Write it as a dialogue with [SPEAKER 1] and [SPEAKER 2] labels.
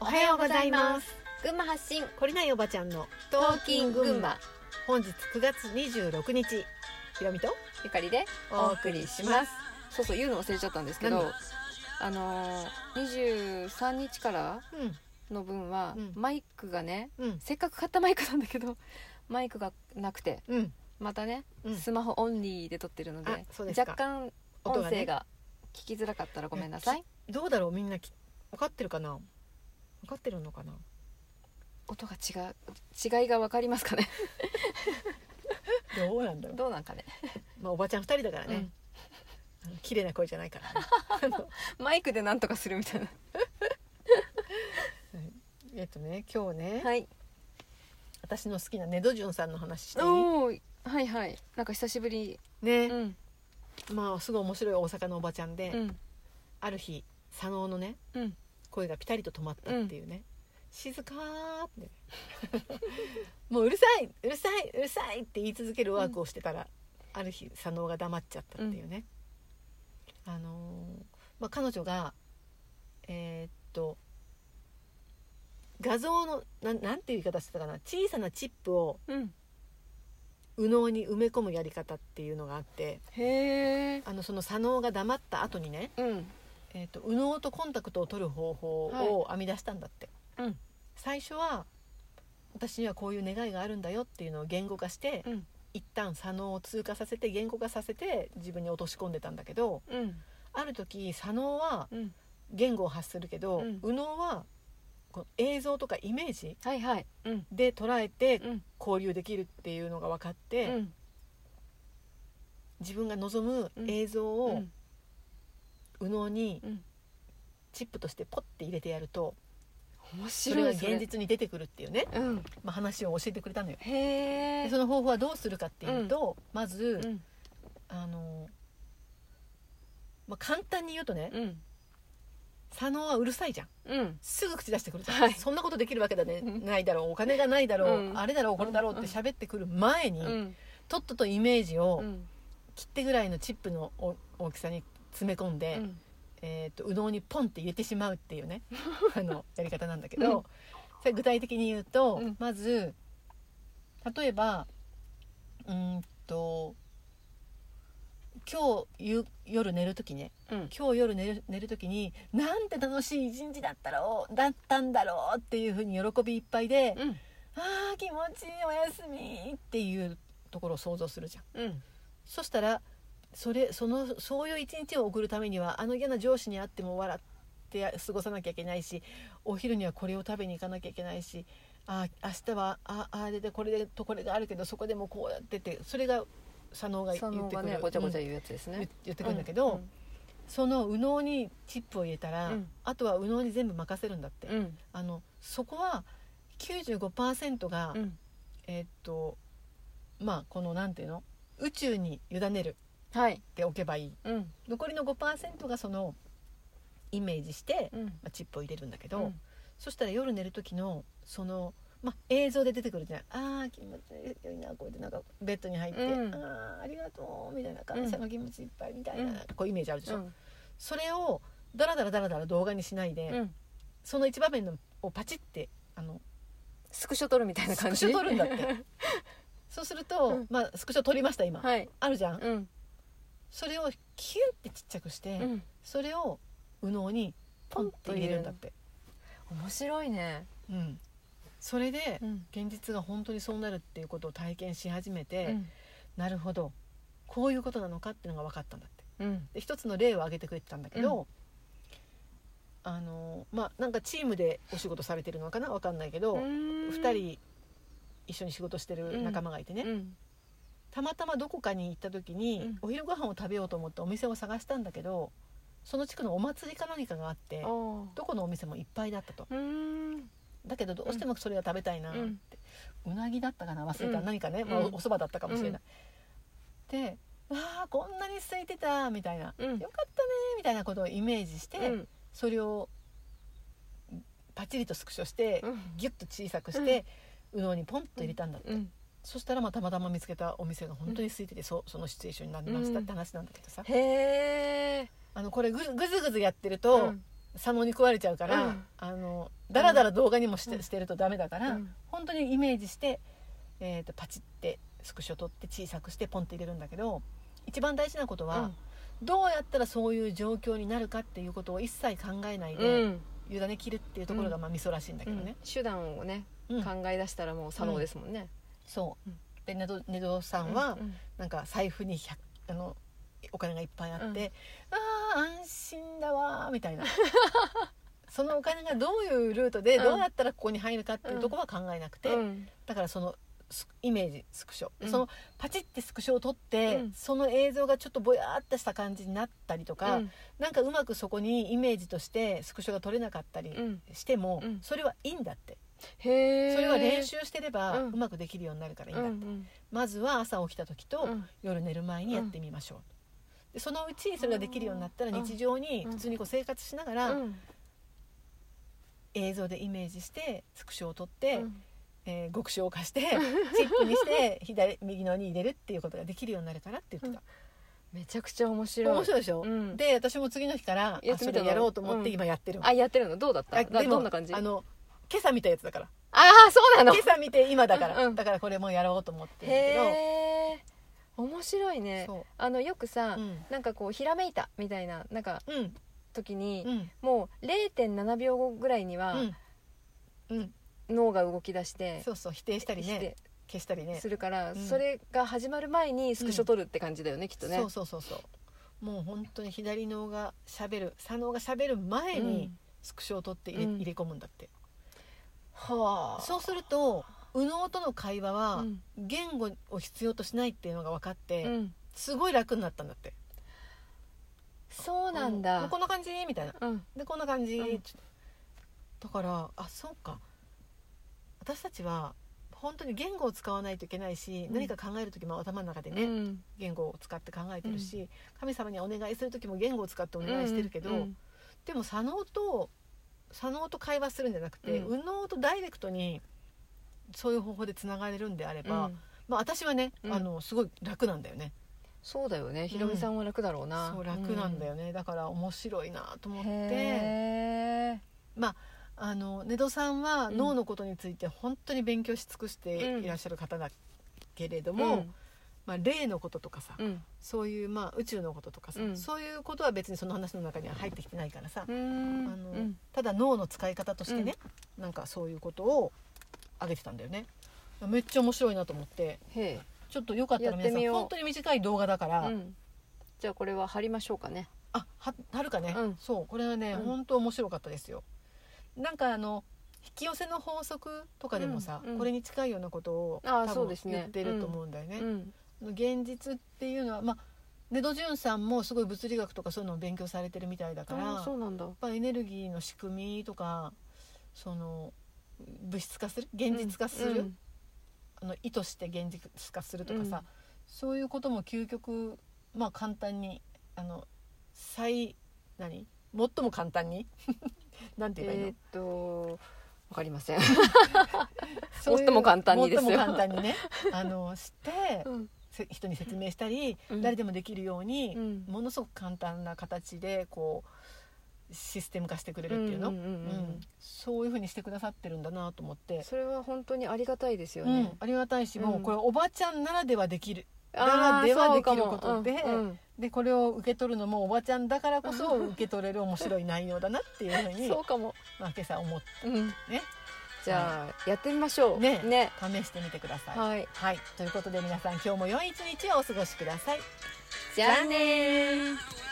[SPEAKER 1] おはようございます
[SPEAKER 2] 群馬発信
[SPEAKER 1] 懲りないおばちゃんの「
[SPEAKER 2] トーキン群馬
[SPEAKER 1] 本日9月26日ひろみと
[SPEAKER 2] ゆかりでお送りしますそうそう言うの忘れちゃったんですけ
[SPEAKER 1] 何
[SPEAKER 2] どあのー、23日から
[SPEAKER 1] うん
[SPEAKER 2] の分は、
[SPEAKER 1] うん
[SPEAKER 2] マイクがね
[SPEAKER 1] うん
[SPEAKER 2] せっかく買ったマイクなんだけど マイクがなくて
[SPEAKER 1] うん
[SPEAKER 2] またね、
[SPEAKER 1] うん
[SPEAKER 2] スマホオンリーで撮ってるの
[SPEAKER 1] あ
[SPEAKER 2] で
[SPEAKER 1] そうですか
[SPEAKER 2] 若干音声が聞きづらかったらごめんなさい、
[SPEAKER 1] どうだろうみんなき分かってるかな分かってるのかな
[SPEAKER 2] 音が違う違いが分かりますかね
[SPEAKER 1] どうなんだろう、
[SPEAKER 2] どうなんかね
[SPEAKER 1] まあ、おばちゃん二人だからね、あの綺麗な声じゃない からね、
[SPEAKER 2] うんマイクでなんとかするみたいな
[SPEAKER 1] えっとね今日ね、
[SPEAKER 2] はい
[SPEAKER 1] 私の好きなネドジュンさんの話していい
[SPEAKER 2] おーはいはいなんか久しぶりう
[SPEAKER 1] ね、
[SPEAKER 2] ん
[SPEAKER 1] まあすごい面白い大阪のおばちゃんで、
[SPEAKER 2] うん
[SPEAKER 1] ある日左脳のね、
[SPEAKER 2] うん
[SPEAKER 1] 声がピタリと止まったっていうね、静かーってね もううるさいうるさいうるさいって言い続けるワークをしてたら、ある日左脳が黙っちゃったっていうね、あのーまあ、彼女がえーっと画像のなんなんていう言い方してたかな小さなチップを
[SPEAKER 2] うん
[SPEAKER 1] 右脳に埋め込むやり方っていうのがあって
[SPEAKER 2] へえ
[SPEAKER 1] あのその左脳が黙った後にね、
[SPEAKER 2] うん
[SPEAKER 1] えー、と右脳とコンタクトを取る方法を編み出したんだって、
[SPEAKER 2] うん
[SPEAKER 1] 最初は私にはこういう願いがあるんだよっていうのを言語化して、
[SPEAKER 2] うん
[SPEAKER 1] 一旦左脳を通過させて言語化させて自分に落とし込んでたんだけど
[SPEAKER 2] うん
[SPEAKER 1] ある時左脳は
[SPEAKER 2] うん
[SPEAKER 1] 言語を発するけど、
[SPEAKER 2] うん
[SPEAKER 1] 右脳はこの映像とかイメージ
[SPEAKER 2] はいはいうん
[SPEAKER 1] で捉えて
[SPEAKER 2] うん
[SPEAKER 1] 交流できるっていうのが分かっ
[SPEAKER 2] う
[SPEAKER 1] て、
[SPEAKER 2] ん
[SPEAKER 1] 自分が望む映像
[SPEAKER 2] う
[SPEAKER 1] を
[SPEAKER 2] ん
[SPEAKER 1] 右脳に
[SPEAKER 2] うん
[SPEAKER 1] チップとしてポッて入れてやると
[SPEAKER 2] 面
[SPEAKER 1] それ
[SPEAKER 2] 白
[SPEAKER 1] が
[SPEAKER 2] いそれ
[SPEAKER 1] 現実に出てくるっていうね。
[SPEAKER 2] うん
[SPEAKER 1] まあ、話を教えてくれたのよ。
[SPEAKER 2] へ
[SPEAKER 1] で
[SPEAKER 2] え
[SPEAKER 1] その方法はどうするかっていうと、まず、
[SPEAKER 2] うん
[SPEAKER 1] あのまあ、簡単に言うとね
[SPEAKER 2] うん
[SPEAKER 1] 左脳はうるさいじゃん
[SPEAKER 2] うん
[SPEAKER 1] すぐ口出してくるじゃん、
[SPEAKER 2] はい
[SPEAKER 1] そんなことできるわけだね
[SPEAKER 2] うん
[SPEAKER 1] ないだろうお金がないだろう、
[SPEAKER 2] うん
[SPEAKER 1] あれだろうこれだろうって喋ってくる前に、
[SPEAKER 2] うん
[SPEAKER 1] とっととイメージを
[SPEAKER 2] うん
[SPEAKER 1] 切手ぐらいのチップのお大きさに詰め込んで、えー、と右脳にポンって入れてしまうっていう ねあのやり方なんだけど、
[SPEAKER 2] うん
[SPEAKER 1] それ具体的に言うと、
[SPEAKER 2] うん
[SPEAKER 1] まず例えばうーんと今日ゆ夜寝る時ね
[SPEAKER 2] うん
[SPEAKER 1] 今日夜寝る寝る時になんて楽しい一日だったろうだったんだろうっていうふうに喜びいっぱいで、
[SPEAKER 2] うん
[SPEAKER 1] あー気持ちいいおやすみっていうところを想像するじゃん。
[SPEAKER 2] うん
[SPEAKER 1] そしたらそれそのそういう一日を送るためにはあの嫌な上司に会っても笑って過ごさなきゃいけないしお昼にはこれを食べに行かなきゃいけないしあ明日はああれでこれでとこれがあるけどそこでもこうやっててそれが左脳が言
[SPEAKER 2] 佐野
[SPEAKER 1] って
[SPEAKER 2] が
[SPEAKER 1] く
[SPEAKER 2] ね
[SPEAKER 1] る
[SPEAKER 2] ごちゃごちゃ
[SPEAKER 1] うん
[SPEAKER 2] 言うやつです
[SPEAKER 1] 言
[SPEAKER 2] ね
[SPEAKER 1] 言ってくるんだけど、その右脳にチップを入れたら、
[SPEAKER 2] うん
[SPEAKER 1] あとは右脳に全部任せるんだって、
[SPEAKER 2] うん
[SPEAKER 1] あのそこは95%が、
[SPEAKER 2] うん
[SPEAKER 1] えーっとまあこのなんていうの宇宙に委ねる
[SPEAKER 2] はい
[SPEAKER 1] っておけばいい
[SPEAKER 2] うん
[SPEAKER 1] 残りの5%がそのイメージして、
[SPEAKER 2] うん
[SPEAKER 1] まあチップを入れるんだけど、そしたら夜寝る時のその、まあ、映像で出てくるじゃんあー気持ちいいなこうやってなんかベッドに入って、
[SPEAKER 2] うん
[SPEAKER 1] あーありがとうみたいな感謝の気持ちいっぱいみたいな、
[SPEAKER 2] うん
[SPEAKER 1] こうイメージあるでし
[SPEAKER 2] う
[SPEAKER 1] ょ、
[SPEAKER 2] ん
[SPEAKER 1] それをダラダラダラダラ動画にしないで、
[SPEAKER 2] うん
[SPEAKER 1] その一場面のをパチってあの
[SPEAKER 2] スクショ撮るみたいな
[SPEAKER 1] ス
[SPEAKER 2] 感
[SPEAKER 1] ク
[SPEAKER 2] じ
[SPEAKER 1] ショ撮るんだって そうすると、
[SPEAKER 2] うん
[SPEAKER 1] まあスクショ撮りました今、
[SPEAKER 2] はい
[SPEAKER 1] あるじゃん、
[SPEAKER 2] うん
[SPEAKER 1] それをキュンってちっちゃくして、
[SPEAKER 2] うん
[SPEAKER 1] それを右脳にポンって入れるんだって、
[SPEAKER 2] 面白いね
[SPEAKER 1] うん、それで
[SPEAKER 2] うん
[SPEAKER 1] 現実が本当にそうなるっていうことを体験し始めて、
[SPEAKER 2] うん
[SPEAKER 1] なるほどこういうことなのかっていうのが分かったんだって
[SPEAKER 2] うん
[SPEAKER 1] で一つの例を挙げてくれてたんだけど、あのまあなんかチームでお仕事されてるのかな分かんないけど、
[SPEAKER 2] 2
[SPEAKER 1] 2人一緒に仕事してる仲間がいてね、
[SPEAKER 2] うん
[SPEAKER 1] たまたまどこかに行った時に、
[SPEAKER 2] うん
[SPEAKER 1] お昼ご飯を食べようと思ってお店を探したんだけどその地区のお祭りか何かがあって
[SPEAKER 2] あー
[SPEAKER 1] どこのお店もいっぱいだったと
[SPEAKER 2] うーん
[SPEAKER 1] だけどどうしてもそれが食べたいな、
[SPEAKER 2] うん
[SPEAKER 1] うなぎだったかな忘れた、
[SPEAKER 2] うん
[SPEAKER 1] 何かね、まあ、
[SPEAKER 2] うん
[SPEAKER 1] おそばだったかもしれない、で「わあこんなに空いてた」みたいな「
[SPEAKER 2] うん
[SPEAKER 1] よかったね」みたいなことをイメージして、
[SPEAKER 2] うん
[SPEAKER 1] それをパチリとスクショして、
[SPEAKER 2] うん
[SPEAKER 1] ギュッと小さくして、うどんにポンと入れたんだって、
[SPEAKER 2] うん
[SPEAKER 1] そしたらまあたまたま見つけたお店が本当に空いてて、そそのシチュエーションになりましたって話なんだけどさ、
[SPEAKER 2] へえ
[SPEAKER 1] あのこれぐぐずぐずやってると、佐野に食われちゃうから、
[SPEAKER 2] うん
[SPEAKER 1] あのだらだら動画にもして,、
[SPEAKER 2] うん
[SPEAKER 1] してるとダメだから、
[SPEAKER 2] うん
[SPEAKER 1] 本当にイメージして、えー、とパチってスクショ撮って小さくしてポンって入れるんだけど一番大事なことは、どうやったらそういう状況になるかっていうことを一切考えないで、
[SPEAKER 2] うん
[SPEAKER 1] 委ね切るっていうところがまあミソらしいんだけどね。
[SPEAKER 2] 手段をね
[SPEAKER 1] うん
[SPEAKER 2] 考え出したらもう左脳ですもんね。
[SPEAKER 1] そう
[SPEAKER 2] うん
[SPEAKER 1] でネドネドさんは、
[SPEAKER 2] うん
[SPEAKER 1] なんか財布に100あのお金がいっぱいあって、
[SPEAKER 2] うん
[SPEAKER 1] あー安心だわーみ たいなそのお金がどういうルートで
[SPEAKER 2] うん
[SPEAKER 1] どうやったらここに入るかっていうところは考えなくて、
[SPEAKER 2] うん
[SPEAKER 1] だからそのスイメージスクショ、
[SPEAKER 2] うん
[SPEAKER 1] そのパチってスクショを撮って、
[SPEAKER 2] うん
[SPEAKER 1] その映像がちょっとぼやーっとした感じになったりとか、
[SPEAKER 2] うん
[SPEAKER 1] なんかうまくそこにイメージとしてスクショが撮れなかったり
[SPEAKER 2] うん
[SPEAKER 1] しても、
[SPEAKER 2] うん
[SPEAKER 1] それはいいんだって
[SPEAKER 2] へえ。
[SPEAKER 1] それは練習してれば
[SPEAKER 2] うん
[SPEAKER 1] うまくできるようになるからいいん
[SPEAKER 2] う
[SPEAKER 1] だ
[SPEAKER 2] ん
[SPEAKER 1] っ
[SPEAKER 2] う
[SPEAKER 1] て、
[SPEAKER 2] ん
[SPEAKER 1] まずは朝起きた時と、
[SPEAKER 2] うん
[SPEAKER 1] 夜寝る前にやってみましょう、でそのうちそれができるようになったら
[SPEAKER 2] うん
[SPEAKER 1] 日常に普通にこう生活しながら
[SPEAKER 2] うん
[SPEAKER 1] 映像でイメージしてスクショを撮って、
[SPEAKER 2] うん
[SPEAKER 1] えー極小化 してチップにして左右のに入れるっていうことができるようになるからって言って
[SPEAKER 2] めちゃくちゃ面
[SPEAKER 1] た、
[SPEAKER 2] 白い。
[SPEAKER 1] 面白いでしょ、
[SPEAKER 2] うん
[SPEAKER 1] で私も次の日から
[SPEAKER 2] や
[SPEAKER 1] や
[SPEAKER 2] ってみたの
[SPEAKER 1] やろうと思って
[SPEAKER 2] うん
[SPEAKER 1] 今やってるの、
[SPEAKER 2] あやってるのどうだった？
[SPEAKER 1] あ
[SPEAKER 2] だどんな感じ？
[SPEAKER 1] あ
[SPEAKER 2] あ
[SPEAKER 1] の今朝見たやつだから
[SPEAKER 2] あそうなの
[SPEAKER 1] 今。朝見て今だから、
[SPEAKER 2] うんうん
[SPEAKER 1] だからこれもやろうと思ってるんだ
[SPEAKER 2] へえ。面白い
[SPEAKER 1] け
[SPEAKER 2] ね。
[SPEAKER 1] ど
[SPEAKER 2] あのよくさ
[SPEAKER 1] そう、うん
[SPEAKER 2] なんかこうひらめいたみたいななんか
[SPEAKER 1] うん
[SPEAKER 2] 時に、
[SPEAKER 1] うん
[SPEAKER 2] もう0.7秒後ぐらいには
[SPEAKER 1] うんうん
[SPEAKER 2] 脳が動き出して、
[SPEAKER 1] そうそう否定したりね
[SPEAKER 2] して
[SPEAKER 1] 消したりね
[SPEAKER 2] するか
[SPEAKER 1] う
[SPEAKER 2] ら、
[SPEAKER 1] ん
[SPEAKER 2] それが始まる前にスクショ撮るって感じだよね、きっとね。
[SPEAKER 1] そうそうそうそうもう本当に左脳がしゃべる左脳がしゃべる前
[SPEAKER 2] う
[SPEAKER 1] に
[SPEAKER 2] ん
[SPEAKER 1] スクショを取って入れ,、
[SPEAKER 2] うん
[SPEAKER 1] 入れ込むんだって
[SPEAKER 2] はあ。
[SPEAKER 1] そうすると右脳との会話は
[SPEAKER 2] うん
[SPEAKER 1] 言語を必要としないっていうのが分かって、
[SPEAKER 2] うん
[SPEAKER 1] すごい楽になったんだって
[SPEAKER 2] そうなん
[SPEAKER 1] も
[SPEAKER 2] だ
[SPEAKER 1] う。こんな感じみたいな
[SPEAKER 2] うん。
[SPEAKER 1] でこんな感じ、
[SPEAKER 2] うん
[SPEAKER 1] だからあそうか私たちは本当に言語を使わないといけないし、
[SPEAKER 2] うん
[SPEAKER 1] 何か考える時も頭の中でね、
[SPEAKER 2] うん
[SPEAKER 1] 言語を使って考えてるし、神様にお願いする時も言語を使ってお
[SPEAKER 2] お
[SPEAKER 1] 願いしてるけど、でも左脳と左脳と会話するんじゃなくて、
[SPEAKER 2] うん
[SPEAKER 1] 右脳とダイレクトにそういう方法でつながれるんであれば、まあ私はね、
[SPEAKER 2] うん
[SPEAKER 1] あのすごい楽なんだよね、
[SPEAKER 2] そうだよね。ひろみさんは楽だろうな。
[SPEAKER 1] そう楽なんだ
[SPEAKER 2] よ。
[SPEAKER 1] よね、だから面白いなと思って
[SPEAKER 2] へえ。
[SPEAKER 1] あの根戸さんは
[SPEAKER 2] うん
[SPEAKER 1] 脳のことについて本当に勉強し尽くしていらっしゃる方だけれども、まあ、霊のこととかさ、
[SPEAKER 2] うん。
[SPEAKER 1] そういう、まあ、宇宙のこととかさ、
[SPEAKER 2] うん
[SPEAKER 1] そういうことは別にその話の中には入ってきてないからさ、
[SPEAKER 2] うん。
[SPEAKER 1] あの
[SPEAKER 2] うん
[SPEAKER 1] ただ脳の使い方としてね、なんかそういうことを挙げてたんだよねめっちゃ面白いなと思って
[SPEAKER 2] へえ。
[SPEAKER 1] ちょっとよかったら皆
[SPEAKER 2] やっ
[SPEAKER 1] さ
[SPEAKER 2] てみ
[SPEAKER 1] ん
[SPEAKER 2] よう
[SPEAKER 1] 本当に短い動画だから、
[SPEAKER 2] うんじゃあこれは貼りましょうかね。
[SPEAKER 1] あははるかね、
[SPEAKER 2] うん
[SPEAKER 1] そうこれはね、
[SPEAKER 2] うん
[SPEAKER 1] 本当面白かったですよなんかあの引き寄せの法則とかでもさ、
[SPEAKER 2] うんうん
[SPEAKER 1] これに近いようなことを
[SPEAKER 2] あー
[SPEAKER 1] 多
[SPEAKER 2] そう
[SPEAKER 1] 分
[SPEAKER 2] ですね
[SPEAKER 1] 言ってると思うんだよね
[SPEAKER 2] うん
[SPEAKER 1] 現実っていうのはまあ根戸潤さんもすごい物理学とかそういうのを勉強されてるみたいだから
[SPEAKER 2] あーそうなんだ。
[SPEAKER 1] やっぱエネルギーの仕組みとかその物質化する現実化する、
[SPEAKER 2] うん
[SPEAKER 1] あの意図して現実化するとかさ、そういうことも究極まあ簡単にあの最何最も簡単に なんて言えばいいの、
[SPEAKER 2] えーっとわかりません。
[SPEAKER 1] そういう
[SPEAKER 2] 最も簡単にですよ
[SPEAKER 1] 最も簡単 にねあのして
[SPEAKER 2] うん
[SPEAKER 1] せ人に説明したり、
[SPEAKER 2] うん
[SPEAKER 1] 誰でもできるように、
[SPEAKER 2] うん
[SPEAKER 1] ものすごく簡単な形でこうシステム化してくれるっていうの、
[SPEAKER 2] うんうんうんうん
[SPEAKER 1] うんそういうふうにしてくださってるんだなと思って、
[SPEAKER 2] それは本当にありがたいですよ
[SPEAKER 1] う
[SPEAKER 2] ね
[SPEAKER 1] ん。ありがたいし、
[SPEAKER 2] うん
[SPEAKER 1] もうこれおばちゃんならではできる
[SPEAKER 2] あー
[SPEAKER 1] では
[SPEAKER 2] そうかも
[SPEAKER 1] できることで
[SPEAKER 2] うんうん
[SPEAKER 1] でこれを受け取るのもおばちゃんだからこそ受け取れる面白い内容だなっていうふうに、
[SPEAKER 2] そうかも。
[SPEAKER 1] まあ、今朝思って
[SPEAKER 2] うん
[SPEAKER 1] ね
[SPEAKER 2] じゃあやってみましょう。
[SPEAKER 1] ね
[SPEAKER 2] ね。
[SPEAKER 1] 試してみてください。
[SPEAKER 2] はい。
[SPEAKER 1] はい、ということで皆さん今日も良い一日をお過ごしください。
[SPEAKER 2] じゃあねー。
[SPEAKER 3] 「